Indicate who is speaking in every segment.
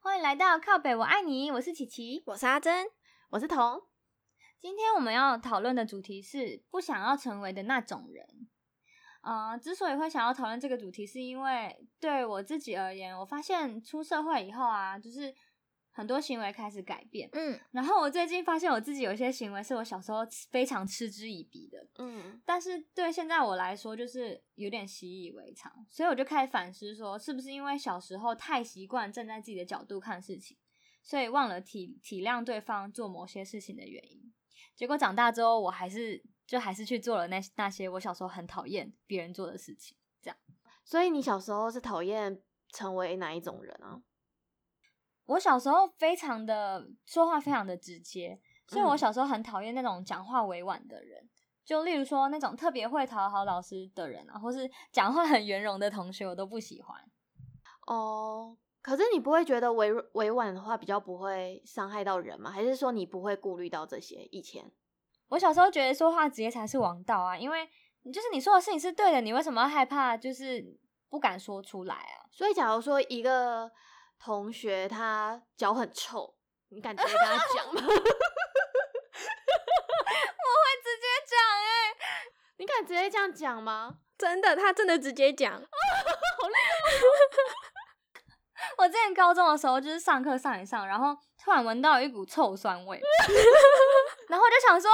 Speaker 1: 欢迎来到靠北，我爱你，我是琪琪。
Speaker 2: 我是阿珍，
Speaker 3: 我是彤。
Speaker 1: 今天我们要讨论的主题是不想要成为的那种人。呃，之所以会想要讨论这个主题，是因为对我自己而言，我发现出社会以后啊，就是很多行为开始改变。
Speaker 2: 嗯
Speaker 1: 然后我最近发现我自己有一些行为是我小时候非常嗤之以鼻的，
Speaker 2: 嗯
Speaker 1: 但是对现在我来说，就是有点习以为常，所以我就开始反思说，是不是因为小时候太习惯站在自己的角度看事情，所以忘了体体谅对方做某些事情的原因。结果长大之后，我还是就还是去做了那那些我小时候很讨厌别人做的事情。
Speaker 3: 所以你小时候是讨厌成为哪一种人啊？
Speaker 1: 我小时候非常的说话非常的直接，所以我
Speaker 3: 嗯
Speaker 1: 小时候很讨厌那种讲话委婉的人。就例如说那种特别会讨好老师的人啊，或是讲话很圆融的同学，我都不喜欢。
Speaker 3: 哦，可是你不会觉得委委婉的话比较不会伤害到人吗？还是说你不会顾虑到这些？以前
Speaker 1: 我小时候觉得说话直接才是王道啊，因为就是你说的事情是对的，你为什么要害怕？就是不敢说出来啊。
Speaker 3: 所以，假如说一个同学他脚很臭，你敢直接跟他讲吗？
Speaker 1: 会直接讲
Speaker 3: 你敢直接这样讲吗？
Speaker 2: 真的，他真的直接讲，
Speaker 1: 哎、我之前高中的时候就是上课上一上，然后突然闻到有一股臭酸 味，然后我就想说。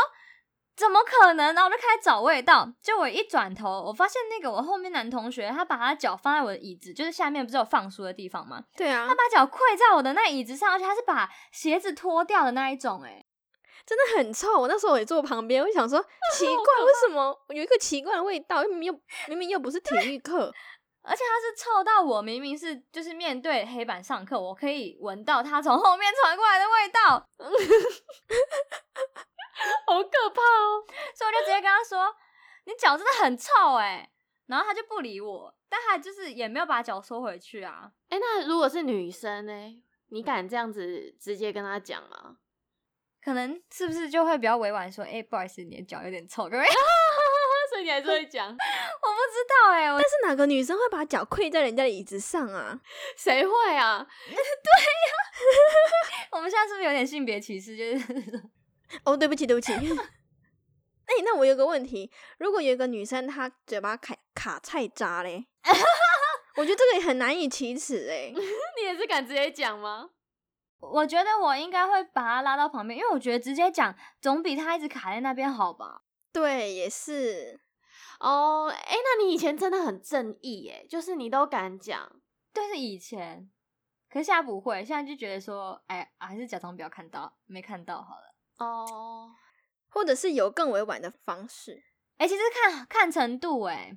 Speaker 1: 怎么可能呢？我就开始找味道，就我一转头，我发现那个我后面男同学，他把他脚放在我的椅子，就是下面不是有放书的地方吗？
Speaker 2: 对啊
Speaker 1: 他，把脚跪在我的那椅子上，而且他是把鞋子脱掉的那一种、哎，
Speaker 2: 真的很臭。我那时候也坐旁边，我就想 说奇怪，为什么有一个奇怪的味道？明明又明明又不是体育课，
Speaker 1: 而且他是臭到我，明明是就是面对黑板上课，我可以闻到他从后面传过来的味道，
Speaker 3: 好可怕哦！
Speaker 1: 所以我就直接跟他说：“你脚真的很臭哎、然后他就不理我，但他就是也没有把脚收回去啊。
Speaker 3: 哎、那如果是女生呢？你敢这样子直接跟他讲吗？
Speaker 1: 可能是不是就会比较委婉说，哎、不好意思，你的脚有点臭，可不可以
Speaker 3: 所以你还是会讲？
Speaker 1: 我不知道哎、我
Speaker 2: 但 是哪个女生会把脚跪在人家的椅子上啊？
Speaker 3: 谁会啊？
Speaker 1: 我们现在是不是有点性别歧视？就是
Speaker 2: 哦，对不起，对不起。 哎、那我有个问题，如果有一个女生她嘴巴卡卡菜渣 嘞，我觉得这个也很难以启齿哎、
Speaker 3: 你也是敢直接讲吗？
Speaker 1: 我觉得我应该会把他拉到旁边，因为我觉得直接讲总比他一直卡在那边好吧。
Speaker 2: 对，也是。
Speaker 3: 哦，哎，那你以前真的很正义耶，就是你都敢讲。
Speaker 1: 但是以前，可是现在不会，现在就觉得说，哎，啊还是假装不要看到，没看到好了。
Speaker 3: 哦，
Speaker 2: 或者是有更委婉的方式。
Speaker 1: 哎、其实看看程度、哎，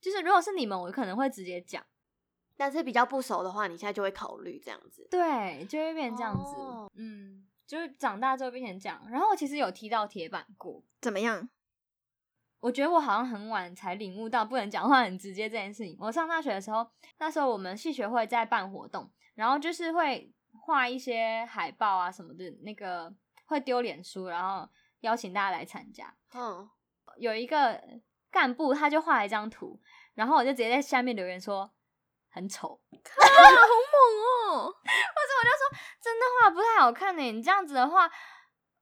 Speaker 1: 就是如果是你们，我可能会直接讲，
Speaker 3: 但是比较不熟的话，你现在就会考虑这样子。
Speaker 1: 对，就会变成这样子，
Speaker 3: 哦
Speaker 1: 嗯，就是长大之后变成这样。然后我其实有踢到铁板过，
Speaker 2: 怎么样？
Speaker 1: 我觉得我好像很晚才领悟到不能讲话很直接这件事情。我上大学的时候，那时候我们系学会在办活动，然后就是会画一些海报啊什么的，那个会丢脸书，然后邀请大家来参加。
Speaker 3: 嗯，
Speaker 1: 有一个干部他就画了一张图，然后我就直接在下面留言说很 丑，
Speaker 3: 啊
Speaker 2: 哦，
Speaker 1: 真的画不太好看呢、你这样子的话，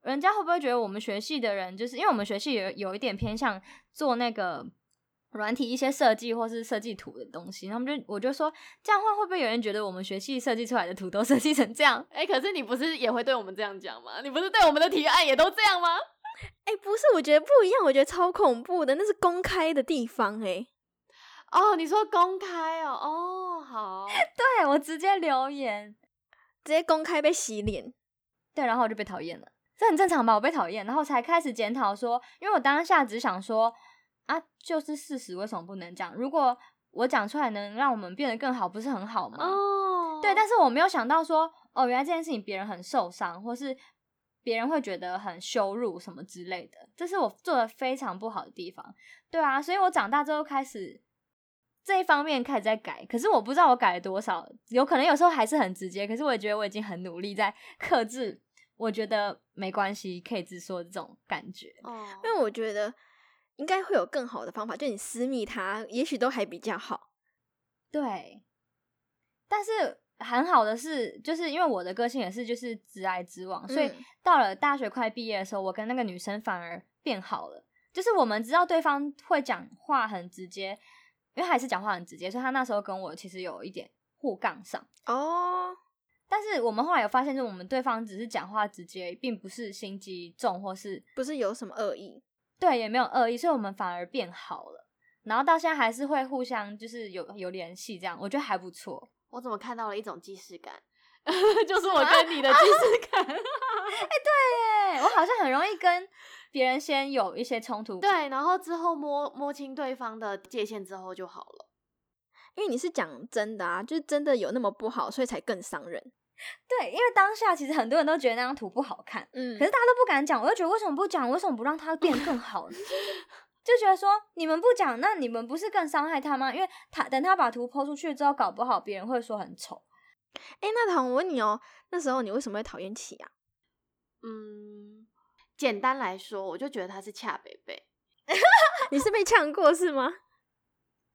Speaker 1: 人家会不会觉得我们学系的人就是因为我们学系有有一点偏向做那个软体一些设计或是设计图的东西，他们就我就说这样的话会不会有人觉得我们学系设计出来的图都设计成这样？
Speaker 3: 哎、可是你不是也会对我们这样讲吗？你不是对我们的提案也都这样吗？
Speaker 2: 哎、不是，我觉得不一样，我觉得超恐怖的，那是公开的地方哎、
Speaker 3: 哦，你说公开哦，哦，好，
Speaker 1: 对我直接留言，
Speaker 2: 直接公开被洗脸。
Speaker 1: 对，然后我就被讨厌了，这很正常吧？我被讨厌，然后才开始检讨说，因为我当下只想说啊，就是事实，为什么不能讲？如果我讲出来能让我们变得更好，不是很好吗？
Speaker 3: 哦，
Speaker 1: 嗯对，但是我没有想到说，哦，原来这件事情别人很受伤，或是别人会觉得很羞辱什么之类的，这是我做的非常不好的地方。对啊，所以我长大之后开始这一方面开始在改，可是我不知道我改了多少，有可能有时候还是很直接，可是我也觉得我已经很努力在克制，我觉得没关系，可以直说这种感觉。
Speaker 3: 哦，
Speaker 2: 因为我觉得应该会有更好的方法，就你私密他，也许都还比较好。
Speaker 1: 对，但是很好的是，就是因为我的个性也是就是直来直往，所以
Speaker 2: 嗯
Speaker 1: 到了大学快毕业的时候，我跟那个女生反而变好了。就是我们知道对方会讲话很直接，因为还是讲话很直接，所以他那时候跟我其实有一点互杠上。
Speaker 2: 哦，
Speaker 1: 但是我们后来有发现，就我们对方只是讲话直接，并不是心机重或是
Speaker 2: 不是有什么恶意，
Speaker 1: 对也没有恶意，所以我们反而变好了。然后到现在还是会互相就是有有联系，这样我觉得还不错。
Speaker 3: 我怎么看到了一种既视感？ 就是我跟你的
Speaker 1: 啊
Speaker 3: 既视感。
Speaker 1: 对我好像很容易跟别人先有一些冲突，
Speaker 3: 对，然后之后摸摸清对方的界限之后就好了。
Speaker 2: 因为你是讲真的啊，就是真的有那么不好，所以才更伤人。
Speaker 1: 对，因为当下其实很多人都觉得那张图不好看，
Speaker 2: 嗯
Speaker 1: 可是大家都不敢讲，我就觉得为什么不讲？为什么不让它变更好呢？ 就觉得说你们不讲，那你们不是更伤害他吗？因为他等他把图抛出去之后，搞不好别人会说很丑。
Speaker 2: 哎、那唐，我问你哦，那时候你为什么会讨厌起啊？
Speaker 3: 嗯，简单来说，我就觉得他是恰北北。
Speaker 2: 你是被呛过是吗？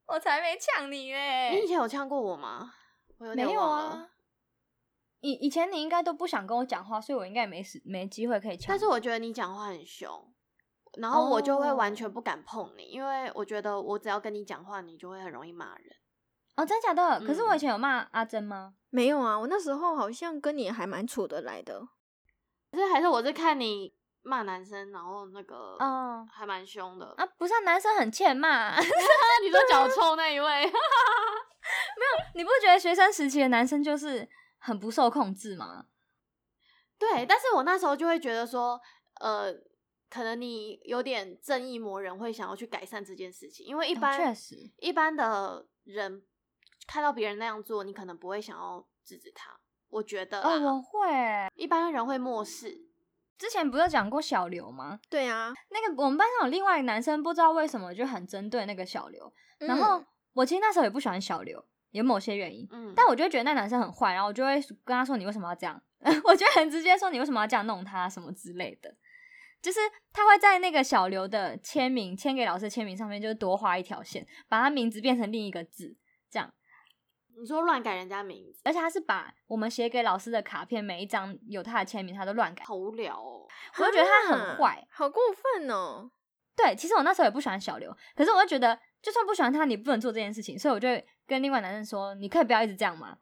Speaker 1: 我才没呛你
Speaker 3: 你以
Speaker 1: 嘞！
Speaker 3: 前有呛过我吗？我有
Speaker 1: 没
Speaker 3: 点
Speaker 1: 有
Speaker 3: 忘
Speaker 1: 啊
Speaker 3: 了。
Speaker 1: 以以前你应该都不想跟我讲话，所以我应该也没时没机会可以呛
Speaker 3: 但
Speaker 1: 你。
Speaker 3: 是我觉得你讲话很凶，然后我就会完
Speaker 1: 哦
Speaker 3: 全不敢碰你，因为我觉得我只要跟你讲话，你就会很容易骂人。
Speaker 1: 哦，真假的？可是我
Speaker 3: 嗯
Speaker 1: 以前有骂阿珍吗？
Speaker 2: 没有啊，我那时候好像跟你还蛮处得来的。
Speaker 3: 可是还是我是看你骂男生，然后那个
Speaker 1: 哦
Speaker 3: 还蛮凶的。
Speaker 1: 啊，不是啊、男生很欠骂。
Speaker 3: 你说脚臭那一位，
Speaker 1: 你不觉得学生时期的男生就是很不受控制吗？
Speaker 3: 对，但是我那时候就会觉得说，呃，可能你有点正义魔人，会想要去改善这件事情，因为一
Speaker 1: 哦
Speaker 3: 般、
Speaker 1: 确实
Speaker 3: 一般的人看到别人那样做，你可能不会想要制止他。我觉得
Speaker 1: 哦，
Speaker 3: 啦，
Speaker 1: 我会。
Speaker 3: 一般人会漠视，
Speaker 1: 之前不是讲过小刘吗？
Speaker 2: 对啊，
Speaker 1: 那个我们班上有另外一个男生，不知道为什么就很针对那个小刘。然
Speaker 2: 嗯
Speaker 1: 后、我其实那时候也不喜欢小刘，有某些原因，
Speaker 3: 嗯，
Speaker 1: 但我就会觉得那男生很坏，然后我就会跟他说：“你为什么要这样？” 我就很直接说：“你为什么要这样弄他？”什么之类的。就是他会在那个小刘的签名签给老师的签名上面，就是多画一条线，把他名字变成另一个字，这样。
Speaker 3: 你说乱改人家名字，
Speaker 1: 而且他是把我们写给老师的卡片，每一张有他的签名，他都乱改。
Speaker 3: 好无聊哦。
Speaker 1: 我就觉得他很坏
Speaker 2: 啊。好过分哦。
Speaker 1: 对，其实我那时候也不喜欢小刘，可是我就觉得，就算不喜欢他，你不能做这件事情，所以我就会跟另外男生说：“你可以不要一直这样嘛。”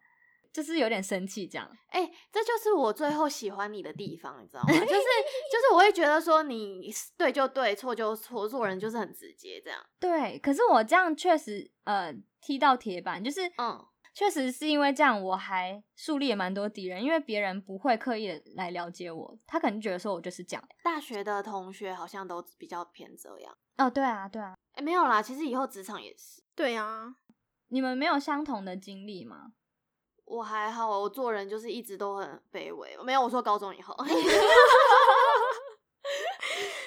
Speaker 1: 就是有点生气这样。
Speaker 3: 哎、这就是我最后喜欢你的地方，你知道吗？就是就是，我会觉得说你对就对，错就错，做人就是很直接这样。
Speaker 1: 对，可是我这样确实呃踢到铁板，就是
Speaker 3: 嗯，
Speaker 1: 确实是因为这样，我还树立了蛮多敌人，因为别人不会刻意的来了解我，他可能觉得说我就是这样。
Speaker 3: 大学的同学好像都比较偏这样。
Speaker 1: 哦，对啊，对啊，
Speaker 3: 哎、没有啦，其实以后职场也是。
Speaker 2: 对啊，
Speaker 1: 你们没有相同的经历吗？
Speaker 3: 我还好，我做人就是一直都很卑微。没有，我说高中以后， 对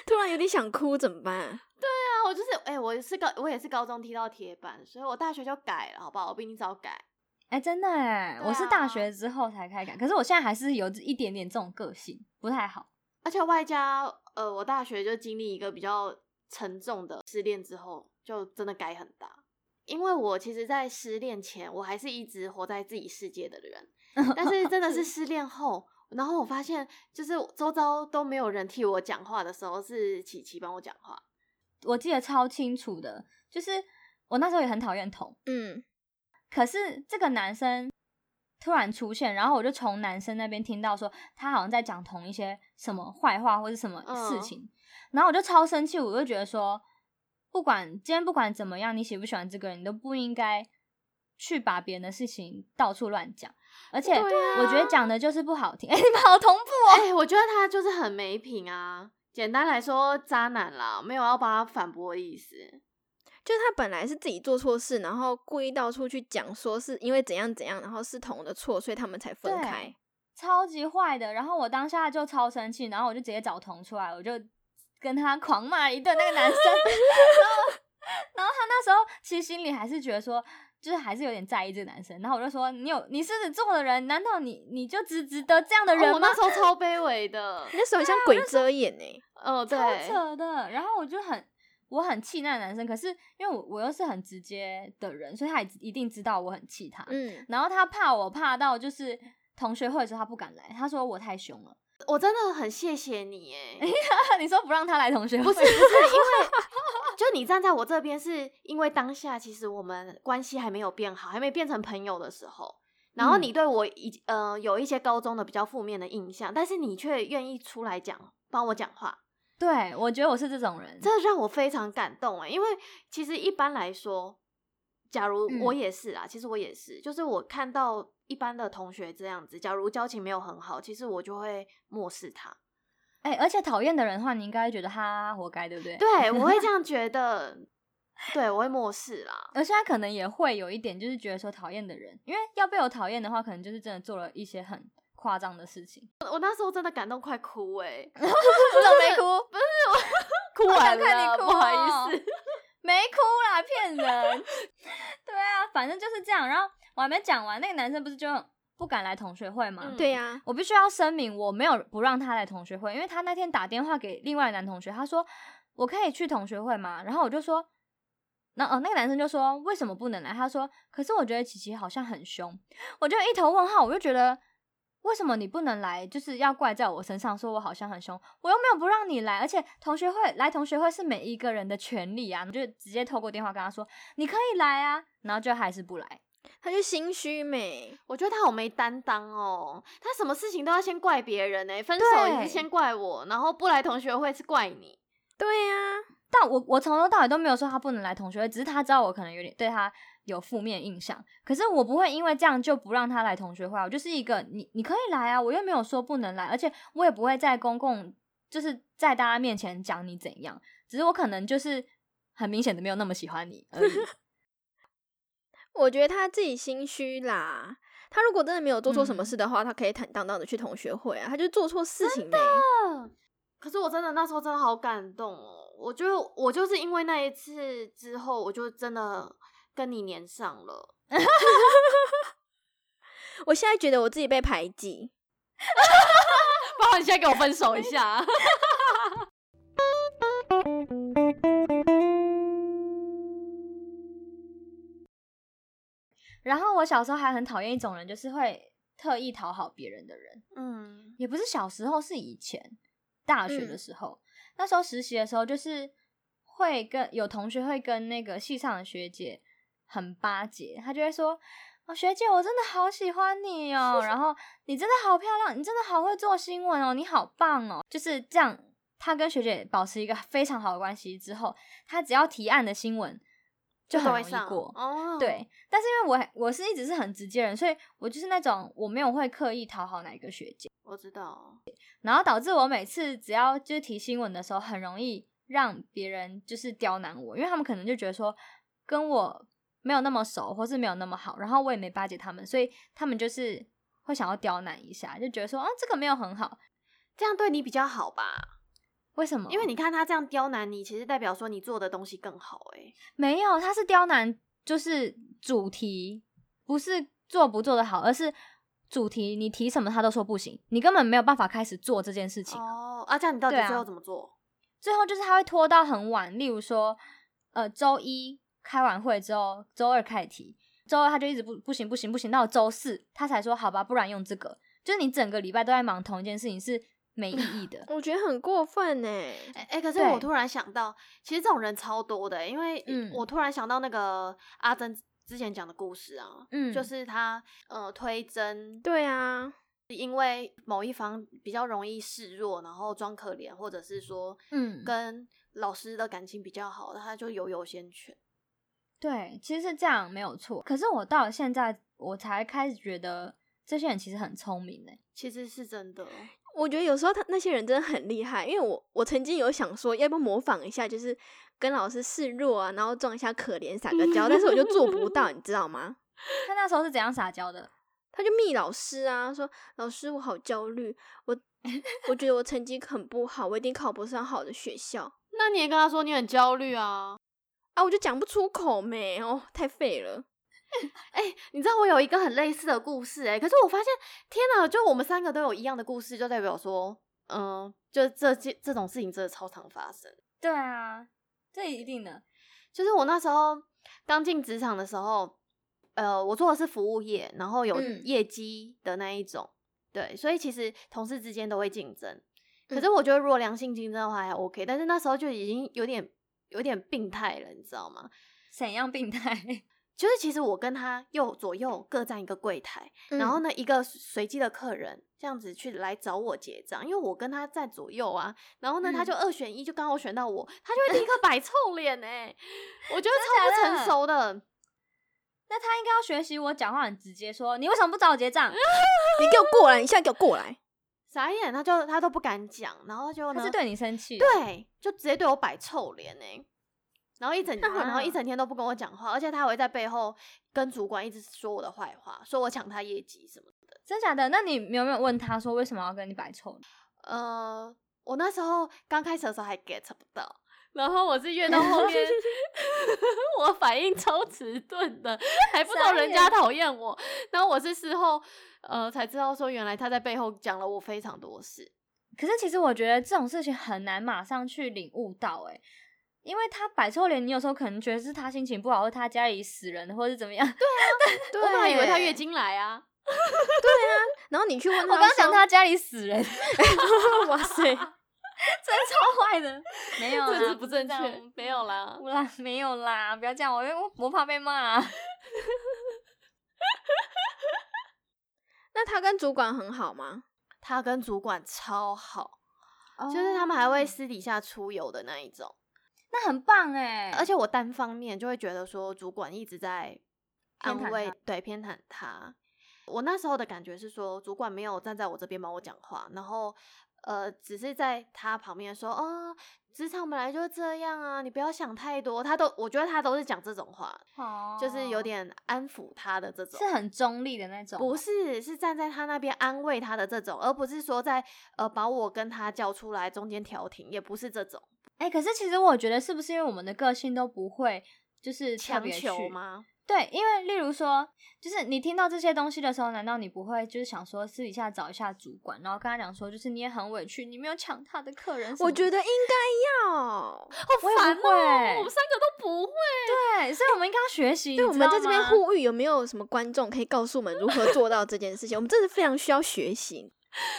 Speaker 2: 突然有点想哭，怎么办？
Speaker 3: 啊，我就是哎、我是高，我也是高中踢到铁板，所以我大学就改了，好不好？我比你早改。
Speaker 1: 哎、真的哎、
Speaker 3: 对
Speaker 1: 我是大
Speaker 3: 啊
Speaker 1: 学之后才开改，可是我现在还是有一点点这种个性，不太好。
Speaker 3: 而且外加呃，我大学就经历一个比较沉重的失恋之后，就真的改很大。因为我其实，在失恋前，我还是一直活在自己世界的人，但是真的是失恋后，然后我发现，就是周遭都没有人替我讲话的时候，是琪琪帮我讲话。
Speaker 1: 我记得超清楚的，就是我那时候也很讨厌彤，
Speaker 2: 嗯，
Speaker 1: 可是这个男生突然出现，然后我就从男生那边听到说他好像在讲彤一些什么坏话或是什么
Speaker 3: 嗯
Speaker 1: 事情，然后我就超生气，我就觉得说，不管今天不管怎么样，你喜不喜欢这个人，你都不应该去把别人的事情到处乱讲，而且
Speaker 3: 对啊
Speaker 1: 我觉得讲的就是不好听。哎、 你们好同步哦。
Speaker 3: 哎、我觉得他就是很没品啊。简单来说，渣男啦，没有要帮他反驳的意思。
Speaker 2: 就是他本来是自己做错事，然后故意到处去讲，说是因为怎样怎样，然后是同的错，所以他们才分
Speaker 1: 对
Speaker 2: 开。
Speaker 1: 超级坏的。然后我当下就超生气，然后我就直接找彤出来，我就跟他狂骂一顿那个男 生。然后，然后他那时候其实心里还是觉得说，就是还是有点在意这个男生。然后我就说，你有你狮子座的人，难道你你就只值得这样的
Speaker 3: 哦
Speaker 1: 人
Speaker 3: 我
Speaker 1: 吗？
Speaker 3: 那时候超卑微的
Speaker 2: 啊你，那时候很像鬼遮眼呢、
Speaker 3: 哦，对，
Speaker 1: 超扯的。然后我就很。我很气那个男生，可是因为我我又是很直接的人，所以他也一定知道我很气他。
Speaker 2: 嗯，
Speaker 1: 然后他怕我怕到就是同学会的时候他不敢来，他说我太凶了。
Speaker 3: 我真的很谢谢你哎，
Speaker 1: 你说不让他来同学会？
Speaker 3: 不是不是，因为 就你站在我这边，是因为当下其实我们关系还没有变好，还没变成朋友的时候，然后
Speaker 1: 嗯
Speaker 3: 你对我一呃有一些高中的比较负面的印象，但是你却愿意出来讲帮我讲话，
Speaker 1: 对，我觉得我是这种人。
Speaker 3: 这让我非常感动哎、因为其实一般来说，假如
Speaker 1: 嗯
Speaker 3: 我也是啦，啊其实我也是，就是我看到一般的同学这样子，假如交情没有很好，其实我就会漠视 他。
Speaker 1: 哎、而且讨厌的人的话，你应该觉得他活该，对不对？。
Speaker 3: 对，我会这样觉得，对我会漠视啦。
Speaker 1: 而且他可能也会有一点，就是觉得说讨厌的人，因为要被我讨厌的话，可能就是真的做了一些很夸张的事 情。
Speaker 3: 我我那时候真的感动快哭哎、
Speaker 1: 我怎么没哭？
Speaker 3: 哭
Speaker 1: 好想
Speaker 3: 完了，
Speaker 1: 看你哭
Speaker 3: 不好
Speaker 1: 哦
Speaker 3: 意思。
Speaker 1: 没哭啦，骗人。 对啊，反正就是这样。然后我还没讲完，那个男生不是就不敢来同学会吗？
Speaker 3: 嗯
Speaker 2: 对啊呀、
Speaker 1: 我必须要声明，我没有不让他来同学会，因为他那天打电话给另外的男同学，他说我可以去同学会吗？然后我就说，那哦，那个男生就说为什么不能来？他说，可是我觉得琪琪好像很凶，我就一头问号，我就觉得为什么你不能来，就是要怪在我身上，说我好像很凶，我又没有不让你来，而且同学会来同学会是每一个人的权利啊，我就直接透过电话跟他说你可以来啊，然后就还是不来。
Speaker 2: 他就心虚美，
Speaker 3: 我觉得他好没担当哦，他什么事情都要先怪别人哎、分手也
Speaker 1: 对
Speaker 3: 是先怪我，然后不来同学会是怪你。
Speaker 2: 对啊呀、
Speaker 1: 但我我从头到尾都没有说他不能来同学会，只是他知道我可能有点对他有负面印象。可是我不会因为这样就不让他来同学会啊，我就是一个你你可以来啊，我又没有说不能来，而且我也不会在公共就是在大家面前讲你怎样，只是我可能就是很明显的没有那么喜欢你而已。
Speaker 2: 我觉得他自己心虚啦。他如果真的没有做错什么
Speaker 1: 嗯
Speaker 2: 事的话，他可以坦荡荡的去同学会啊，他就做错事情呢、
Speaker 3: 嗯，可是我真的那时候真的好感动哦，我觉得我就是因为那一次之后，我就真的跟你粘上了。
Speaker 2: 我现在觉得我自己被排挤，
Speaker 3: 不然你现在跟我分手一下。
Speaker 1: 然后我小时候还很讨厌一种人，就是会特意讨好别人的人。
Speaker 3: 嗯，
Speaker 1: 也不是小时候，是以前大学的
Speaker 2: 嗯。
Speaker 1: 时候，那时候实习的时候，就是会跟有同学会跟那个系上的学姐很巴结，她就会说。哦，学姐，我真的好喜欢你哦，然后你真的好漂亮，你真的好会做新闻哦，你好棒哦，就是这样。她跟学姐保持一个非常好的关系之后，她只要提案的新闻就
Speaker 3: 都
Speaker 1: 很
Speaker 3: 会
Speaker 1: 容易
Speaker 3: 上
Speaker 1: 过，
Speaker 3: 哦。，
Speaker 1: 对，但是因为我很我是一直是很直接人，所以我就是那种我没有会刻意讨好哪一个学姐，
Speaker 3: 我知道。
Speaker 1: 然后导致我每次只要就是提新闻的时候，很容易让别人就是刁难我，因为他们可能就觉得说跟我没有那么熟，或是没有那么好，然后我也没巴结他们，所以他们就是会想要刁难一下，就觉得说啊这个没有很好，
Speaker 3: 这样对你比较好吧？
Speaker 1: 为什么？
Speaker 3: 因为你看他这样刁难你，其实代表说你做的东西更好哎、
Speaker 1: 没有，他是刁难，就是主题，不是做不做的好，而是主题你提什么他都说不行，你根本没有办法开始做这件事情。
Speaker 3: 哦，啊，这样你到底
Speaker 1: 对啊
Speaker 3: 最后怎么做？
Speaker 1: 最后就是他会拖到很晚，例如说，呃，周一开完会之后，周二开始提，周二他就一直不不行不行不行，到周四他才说好吧，不然用这个。就是你整个礼拜都在忙同一件事情是没意义的
Speaker 2: 我觉得很过分呢、
Speaker 3: 哎、哎，可是
Speaker 1: 对
Speaker 3: 我突然想到，其实这种人超多的欸、因为
Speaker 1: 嗯
Speaker 3: 我突然想到那个阿珍之前讲的故事啊，
Speaker 1: 嗯，
Speaker 3: 就是他呃推甄，
Speaker 2: 对啊，
Speaker 3: 因为某一方比较容易示弱，然后装可怜，或者是说
Speaker 1: 嗯
Speaker 3: 跟老师的感情比较好，他就有优先权。
Speaker 1: 对，其实是这样没有错。可是我到了现在，我才开始觉得这些人其实很聪明欸诶、
Speaker 3: 其实是真的，哦
Speaker 2: 我觉得有时候他那些人真的很厉害，因为我我曾经有想说，要不要模仿一下，就是跟老师示弱啊，然后装一下可怜撒个娇，但是我就做不 到，你知道吗？
Speaker 1: 他那时候是怎样撒娇 的？
Speaker 2: 他就密老师啊，说老师我好焦虑， 我我觉得我成绩很不好，我一定考不上好的学校
Speaker 3: 那你也跟他说你很焦虑啊。
Speaker 2: 啊，我就讲不出口没哦，太废了。
Speaker 3: 哎、你知道我有一个很类似的故事哎、可是我发现，天哪，就我们三个都有一样的故事，就代表说，嗯，就这件这种事情真的超常发生。
Speaker 1: 对啊，这一定的，
Speaker 3: 就是我那时候刚进职场的时候，呃，我做的是服务业，然后有
Speaker 2: 嗯
Speaker 3: 业绩的那一种，对，所以其实同事之间都会竞争。可是我觉得如果良性竞争的话还 OK，但是那时候就已经有点有点病态了，你知道吗？
Speaker 1: 怎样病态？
Speaker 3: 就是其实我跟他右左右各站一个柜台， 然后
Speaker 2: 嗯
Speaker 3: 呢一个随机的客人这样子去来找我结账，因为我跟他站左右啊，然后呢他就
Speaker 1: 嗯
Speaker 3: 二选一，就刚好选到我，他就会立刻摆臭脸哎、我觉得超
Speaker 1: 真的假
Speaker 3: 不
Speaker 1: 的
Speaker 3: 成熟的。
Speaker 1: 那他应该要学习我讲话很直接说，你为什么不找我结账？
Speaker 2: 你给我过来，你现在给我过来，
Speaker 3: 傻眼，他就他都不敢讲，然后就
Speaker 1: 他
Speaker 3: 呢
Speaker 1: 是对你生气，，
Speaker 3: 对，就直接对我摆臭脸呢、然后一整天，
Speaker 1: 啊
Speaker 3: 然 后一整天都不跟我讲话，而且他还会在背后跟主管一直说我的坏话，说我抢他业绩什么的。
Speaker 1: 真假的？那你有没有问他说为什么要跟你摆臭脸？
Speaker 3: 呃，我那时候刚开始的时候还 get 不到，然后我 是越到后面， 我反应超迟钝的，还不知道
Speaker 1: 傻
Speaker 3: 人
Speaker 1: 眼
Speaker 3: 家讨厌我。然后我是事后呃才知道说，原来他在背后讲了我非常多事。
Speaker 1: 可是其实我觉得这种事情很难马上去领悟到、欸，因为他摆臭脸，你有时候可能觉得是他心情不好，或他家里死人，或者是怎么样。对，
Speaker 3: 我本来以为他
Speaker 2: 对
Speaker 3: 月经来啊。
Speaker 2: 然后你去问他，
Speaker 1: 我刚讲，他家里死人， 真
Speaker 2: 哇塞，
Speaker 1: 超坏的。 没有
Speaker 3: 政治
Speaker 1: 啦，
Speaker 3: 不正
Speaker 1: 嗯这样嗯
Speaker 3: 确，没有 啦。
Speaker 1: 不啦，没有啦，不要这样，我我我怕被骂、啊
Speaker 2: 那他跟主管很好吗？
Speaker 3: 他跟主管超好，
Speaker 1: 哦
Speaker 3: 就是他们还会私底下出游的那一种。
Speaker 1: 那很棒哎、
Speaker 3: 而且我单方面就会觉得说，主管一直在
Speaker 1: 偏
Speaker 3: 安
Speaker 1: 袒
Speaker 3: 慰
Speaker 1: 他，
Speaker 3: 对偏袒他。我那时候的感觉是说，主管没有站在我这边帮我讲话，然后呃，只是在他旁边说，哦，职场本来就是这样啊，你不要想太多。他都，我觉得他都是讲这种话，就是有点安抚他的这种。
Speaker 1: 哦是很啊中立的那种，
Speaker 3: 不是，是站在他那边安慰他的这种，而不是说在呃把我跟他叫出来中间调停，也不是这种
Speaker 1: 哎、可是其实我觉得是不是因为我们的个性都不会就是特
Speaker 3: 强
Speaker 1: 别去
Speaker 3: 求吗？
Speaker 1: 对，因为例如说，就是你听到这些东西的时候，难道你不会就是想说私底下找一下主管，然后跟他讲说，就是你也很委屈，你没有抢他的客人什么
Speaker 2: 我
Speaker 1: 的？
Speaker 2: 觉得应该要，
Speaker 3: 好
Speaker 1: 我也不
Speaker 3: 烦哦、
Speaker 1: 会
Speaker 3: 我们三个都不会。
Speaker 1: 对，所以我们应该要学习。
Speaker 2: 对，
Speaker 1: 你
Speaker 2: 我
Speaker 1: 知
Speaker 2: 们
Speaker 1: 道
Speaker 2: 在这边
Speaker 1: 吗，
Speaker 2: 呼吁，有没有什么观众可以告诉我们如何做到这件事情？我们真的非常需要学习。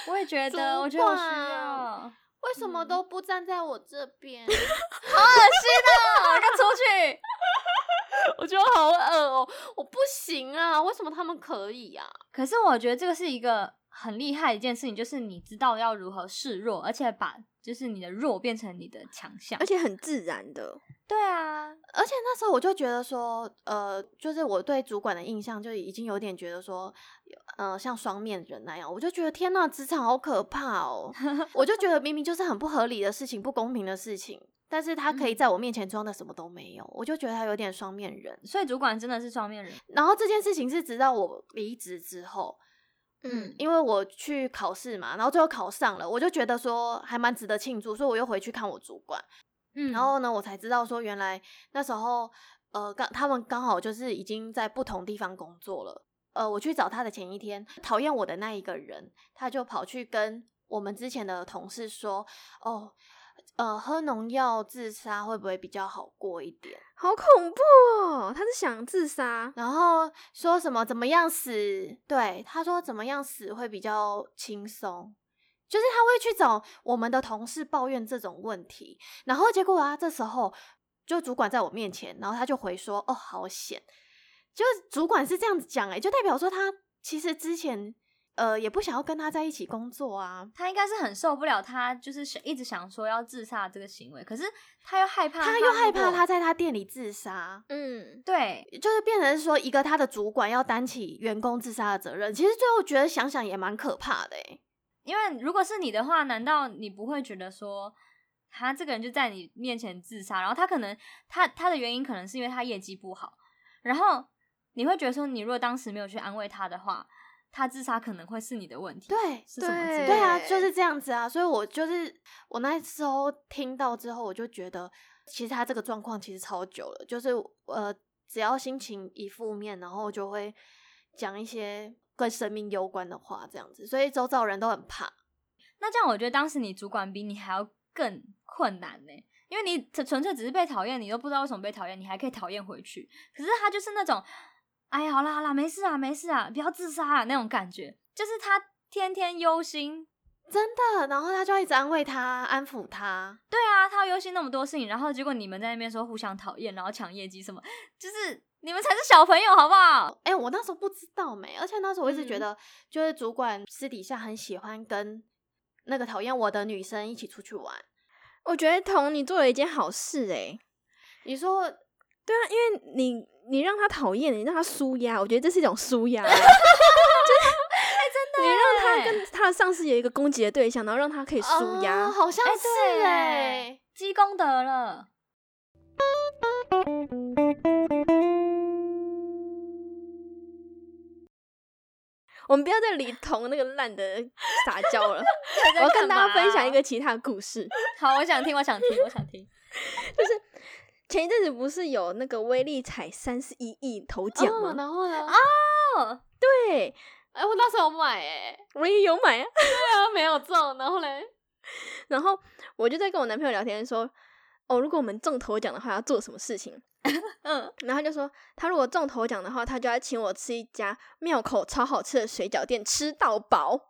Speaker 1: 我也觉
Speaker 3: 主
Speaker 1: 得，我觉得我需
Speaker 3: 管
Speaker 2: 啊
Speaker 1: 要。
Speaker 3: 为什么
Speaker 1: 嗯
Speaker 3: 都不站在我这边？
Speaker 1: 啊，要出去！
Speaker 3: 我觉得好恶哦、我不行啊！为什么他们可以啊？
Speaker 1: 可是我觉得这个是一个很厉害的一件事情，就是你知道要如何示弱，而且把就是你的弱变成你的强项
Speaker 2: 而。且很自然的，
Speaker 1: 对啊，
Speaker 3: 而且那时候我就觉得说，呃，就是我对主管的印象就已经有点觉得说，呃，像双面人那样，我就觉得天呐，职场好可怕 哦！我就觉得明明就是很不合理的事情、不公平的事情，但是他可以在我面前装的什么都没有，我就觉得他有点双面人。
Speaker 1: 所以主管真的是双面人。
Speaker 3: 然后这件事情是直到我离职之后，
Speaker 2: 嗯，
Speaker 3: 因为我去考试嘛，然后最后考上了，我就觉得说还蛮值得庆祝，所以我又回去看我主管。
Speaker 1: 嗯，
Speaker 3: 然后呢，我才知道说原来那时候，呃，刚他们刚好就是已经在不同地方工作了。呃，我去找他的前一天，讨厌我的那一个人，他就跑去跟我们之前的同事说，哦，呃，喝农药自杀会不会比较好过一点？
Speaker 2: 好恐怖哦！他是想自杀，
Speaker 3: 然后说什么怎么样死？对，他说怎么样死会比较轻松，就是他会去找我们的同事抱怨这种问题，然后结果啊，这时候就主管在我面前，然后他就回说：“哦，好险！”就是主管是这样子讲、欸，哎，就代表说他其实之前呃也不想要跟他在一起工作啊，
Speaker 1: 他应该是很受不了他，就是想一直想说要自杀这个行为，可是他又害怕，
Speaker 3: 他又害
Speaker 1: 如
Speaker 3: 怕
Speaker 1: 果
Speaker 3: 他在他店里自杀，
Speaker 2: 嗯，
Speaker 1: 对，
Speaker 3: 就是变成说一个他的主管要担起员工自杀的责任。其实最后觉得想想也蛮可怕的、欸，
Speaker 1: 因为如果是你的话，难道你不会觉得说他这个人就在你面前自杀，然后他可能他他的原因可能是因为他业绩不好，然后你会觉得说，你如果当时没有去安慰他的话，他自杀可能会是你的问题，，
Speaker 3: 对，
Speaker 1: 是什么之类的？
Speaker 3: 对啊，
Speaker 2: 对
Speaker 3: 就是这样子啊。所以我就是我那时候听到之后，我就觉得其实他这个状况其实超久了，就是呃，只要心情一负面，然后就会讲一些跟生命攸关的话，这样子，所以周遭人都很怕。
Speaker 1: 那这样我觉得当时你主管比你还要更困难呢、因为你纯纯粹只是被讨厌，你都不知道为什么被讨厌，你还可以讨厌回去。可是他就是那种，哎呀，好啦好啦，没事啊没事啊，不要自杀啊那种感觉，就是他天天忧心。
Speaker 3: 真的，然后他就一直安慰他、安抚他，
Speaker 1: 对啊，他忧心那么多事情，然后结果你们在那边说互相讨厌，然后抢业绩什么，就是你们才是小朋友好不好？
Speaker 3: 哎、我那时候不知道没，而且那时候我一直觉
Speaker 1: 嗯
Speaker 3: 得，就是主管私底下很喜欢跟那个讨厌我的女生一起出去玩。
Speaker 2: 我觉得彤，你做了一件好事诶、
Speaker 3: 你说，
Speaker 2: 对啊，因为你你让他讨厌，你让他舒压，我觉得这是一种舒压、欸。
Speaker 1: 你
Speaker 2: 让他跟他的上司有一个攻击的对象，然后让他可以舒压。
Speaker 3: 啊好像
Speaker 1: 哎、
Speaker 3: 是
Speaker 1: 对，
Speaker 3: 哎、
Speaker 1: 积功德了。
Speaker 2: 我们不要再理彤那个烂的撒娇 了。
Speaker 1: 我
Speaker 2: 我要跟大家分享一个其他的故事。
Speaker 1: 啊好，我想听，我想听，我想听。
Speaker 2: 前一阵子不是有那个威力彩三十一亿头奖
Speaker 3: 嗯，
Speaker 2: 吗？
Speaker 3: 然后呢？啊，
Speaker 1: 哦，
Speaker 2: 对，
Speaker 3: 哎、我那时候有买哎、
Speaker 2: 我也有买啊。
Speaker 3: 对啊，没有中，然后嘞，
Speaker 2: 然后我就在跟我男朋友聊天说，哦，如果我们中头奖的话，要做什么事情？
Speaker 1: 嗯，
Speaker 2: 然后他就说，他如果中头奖的话，他就要请我吃一家庙口超好吃的水饺店，吃到饱。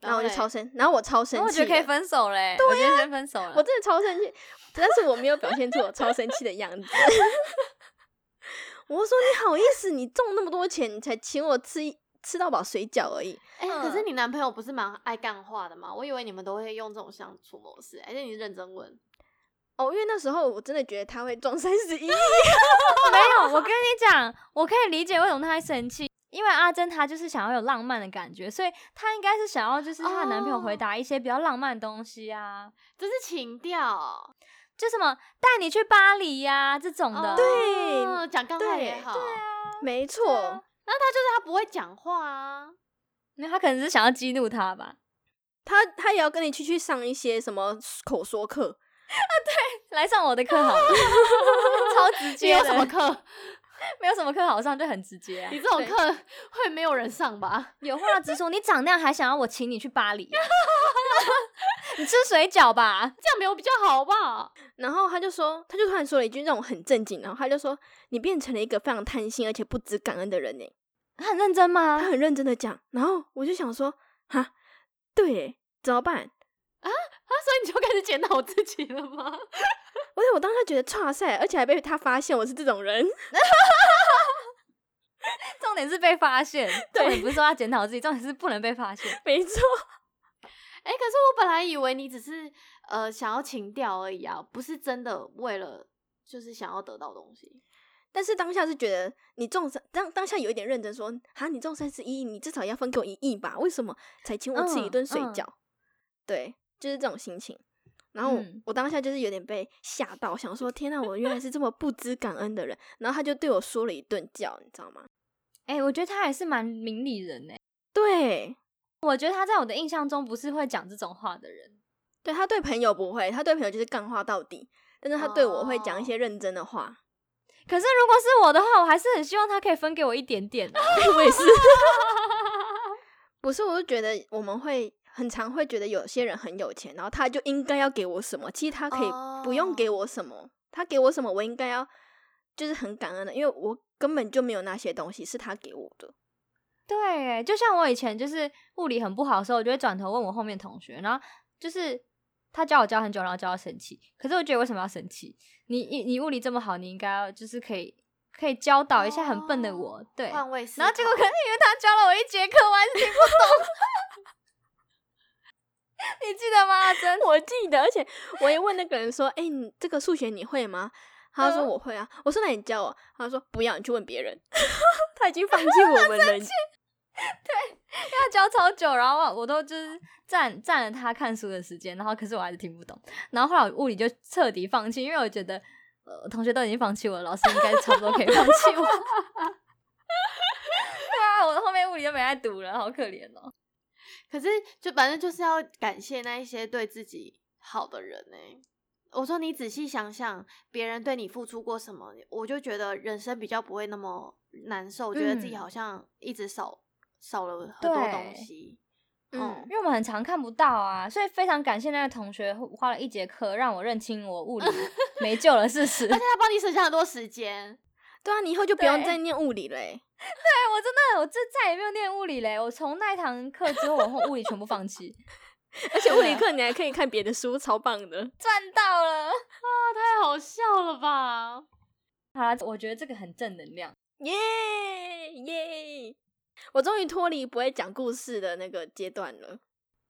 Speaker 2: 然后我就
Speaker 3: 嘞
Speaker 2: 超生，然后我超 生
Speaker 1: 那我
Speaker 2: 气啊
Speaker 1: 觉
Speaker 2: 的，
Speaker 1: 得可以分手嘞、我觉得先分手了。
Speaker 2: 我真的超生气，但是我没有表现出我超生气的样子。 我说你好意思，你中那么多钱，你才请我吃一吃到饱水饺而已。
Speaker 3: 哎、可是
Speaker 1: 嗯
Speaker 3: 你男朋友不是蛮爱干话的吗？我以为你们都会用这种相处模式，而且你是认真问，
Speaker 2: 哦，因为那时候我真的觉得他会中三十
Speaker 1: 没
Speaker 2: 一，
Speaker 1: 有，我跟你讲，我可以理解为什么他会生气，因为阿珍她就是想要有浪漫的感觉，所以她应该是想要就是她的男朋友回
Speaker 2: 哦
Speaker 1: 答一些比较浪漫的东西啊，
Speaker 3: 这是情调。
Speaker 1: 就什么带你去巴黎呀、这种的。
Speaker 3: 哦
Speaker 2: 嗯对
Speaker 3: 讲干话也
Speaker 2: 对啊
Speaker 3: 好，
Speaker 2: 没错，
Speaker 3: 那他不会讲话 啊。
Speaker 1: 那他可能是想要激怒他吧。
Speaker 2: 他他也要跟你去去上一些什么口说课，
Speaker 1: 来上我的课好了， 超直
Speaker 3: 你
Speaker 1: 接
Speaker 3: 有
Speaker 1: 的。
Speaker 3: 什么 课？
Speaker 1: 没有什么课好上，就很直接、啊
Speaker 3: 你。这种
Speaker 2: 对
Speaker 3: 课会没有人上吧？
Speaker 1: 有话直说，你长那样还想要我请你去巴黎啊、 你吃水饺 吧？
Speaker 3: 这样没有比较好吧？啊
Speaker 2: 然后他就说，他就突然说了一句让我很震惊，然后他就说你变成了一个非常贪心而且不知感恩的人呢。
Speaker 1: 他很认真吗
Speaker 2: 他？很认真的讲，然后我就想说，哈，对耶，怎么办？
Speaker 3: 啊，所以你就开始检讨自己了吗？
Speaker 2: 而且我当时觉得 哇塞，而且还被他发现我是这种人，
Speaker 1: 重点是被发现，
Speaker 2: 对
Speaker 1: 重点不是说他检讨自己，重点是不能被发现。
Speaker 2: 没错，
Speaker 3: 哎、可是我本来以为你只是呃想要情调而已啊，不是真的为了就是想要得到东西。
Speaker 2: 但是当下是觉得你中三，当当下有一点认真说，哈，你中三十一，你至少要分给我一亿吧？为什么才请我吃一
Speaker 1: 嗯
Speaker 2: 顿水
Speaker 1: 嗯
Speaker 2: 饺？对，就是这种心情。然后我,、
Speaker 1: 嗯
Speaker 2: 我当下就是有点被吓到，想说天呐，我原来是这么不知感恩的人。然后他就对我说了一顿教，你知道吗？
Speaker 1: 哎、我觉得他还是蛮明理人哎、
Speaker 2: 对，
Speaker 1: 我觉得他在我的印象中不是会讲这种话的人。
Speaker 2: 对他对朋友不会，他对朋友就是干话到底，但是他对我会讲一
Speaker 3: 哦
Speaker 2: 些认真的话。
Speaker 1: 可是如果是我的话，我还是很希望他可以分给我一点点 的、
Speaker 2: 我也是，不是，我就觉得我们会很常会觉得有些人很有钱，然后他就应该要给我什么，其实他可以不用给我什么，他给我什么我应该要就是很感恩的，因为我根本就没有那些东西是他给我的。
Speaker 1: 对，哎就像我以前就是物理很不好的时候，我就会转头问我后面同学，然后就是他教我教很久，然后教到生气。可是我觉得为什么要生气？你你你物理这么好，你应该要就是可以可以教导一下很笨的我，对。
Speaker 3: 换位思
Speaker 1: 然后结果
Speaker 3: 考
Speaker 1: 可能因为他教了我一节课，我还是听不 懂。你记得吗？阿珍，
Speaker 2: 我记得，而且我也问那个人说：“哎、你这个数学你会吗？”他说：“
Speaker 1: 嗯
Speaker 2: 我会啊。”我说：“那你教我。”他说：“不要，你去问别人。” 他已经放弃我 们了。
Speaker 1: 因为他 教超久，然后我都就是占占了他看书的时间，然后可是我还是听不懂。然后后来我物理就彻底放弃，因为我觉得呃同学都已经放弃我了，老师应该差不多可以放弃我。 对啊，我后面物理就没再读了，好可怜哦。
Speaker 3: 可是就反正就是要感谢那一些对自己好的人呢、我说你仔细想想，别人对你付出过什么，我就觉得人生比较不会那么难受，觉得自己
Speaker 1: 嗯
Speaker 3: 好像一直少少了很多
Speaker 1: 对
Speaker 3: 东西。
Speaker 2: 嗯
Speaker 3: 嗯，
Speaker 1: 因为为我们很常看不到啊，所以非常感谢那个同学花了一节课让我认清我 物理没救了事 实。
Speaker 3: 而且他帮你省下很多时间，
Speaker 2: 对啊，你以后就不用
Speaker 1: 对
Speaker 2: 再念物理了欸、
Speaker 1: 哎，我真的，我这再也没有念物理嘞。我从那一堂课之后，我后物理全部放弃，
Speaker 2: 而且物 理课你还可以看别的书，超棒的。
Speaker 1: 赚到了。
Speaker 3: 太好笑了吧？
Speaker 1: 好啦，我觉得这个很正能量。
Speaker 2: 耶耶！我终于脱离不会讲故事的那个阶段了。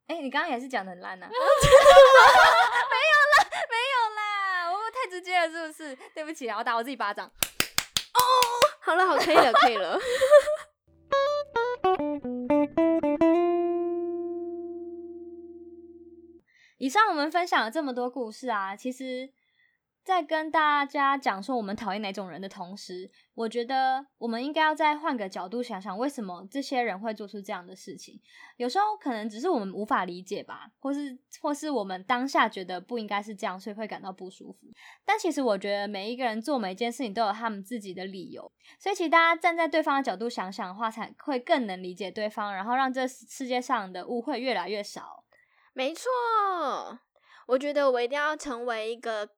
Speaker 1: 哎、你刚刚也是讲的很烂呐、啊，没有啦，没有啦，我太直接了，是不是？对不起啊，我打我自己巴掌。
Speaker 2: 好了，好，可以了，可以了。
Speaker 1: 以上我们分享了这么多故事啊，其实，在跟大家讲说我们讨厌哪种人的同时，我觉得我们应该要再换个角度想想，为什么这些人会做出这样的事情。有时候可能只是我们无法理解吧，或是或是我们当下觉得不应该是这样，所以会感到不舒服。但其实我觉得每一个人做每一件事情都有他们自己的理由，所以其实大家站在对方的角度想想的话，才会更能理解对方，然后让这世界上的误会越来越少。
Speaker 2: 没错，我觉得我一定要成为一个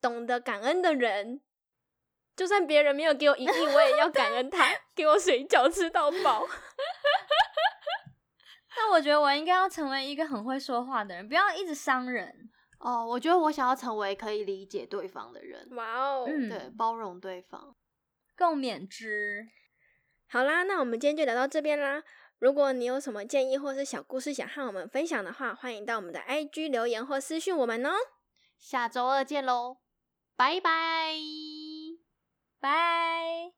Speaker 2: 懂得感恩的人。就算别人没有给我一亿，我也要感恩他给我水饺吃到饱。
Speaker 1: 那我觉得我应该要成为一个很会说话的人，不要一直伤人。
Speaker 3: 哦，我觉得我想要成为可以理解对方的人，
Speaker 2: 哇哦！
Speaker 1: 嗯
Speaker 3: 对，包容对方。
Speaker 1: 共勉之。
Speaker 2: 好啦，那我们今天就聊到这边啦。如果你有什么建议或是小故事想和我们分享的话，欢迎到我们的 IG 留言或私讯我们哦。
Speaker 3: 下周二见喽，拜拜。
Speaker 1: 拜。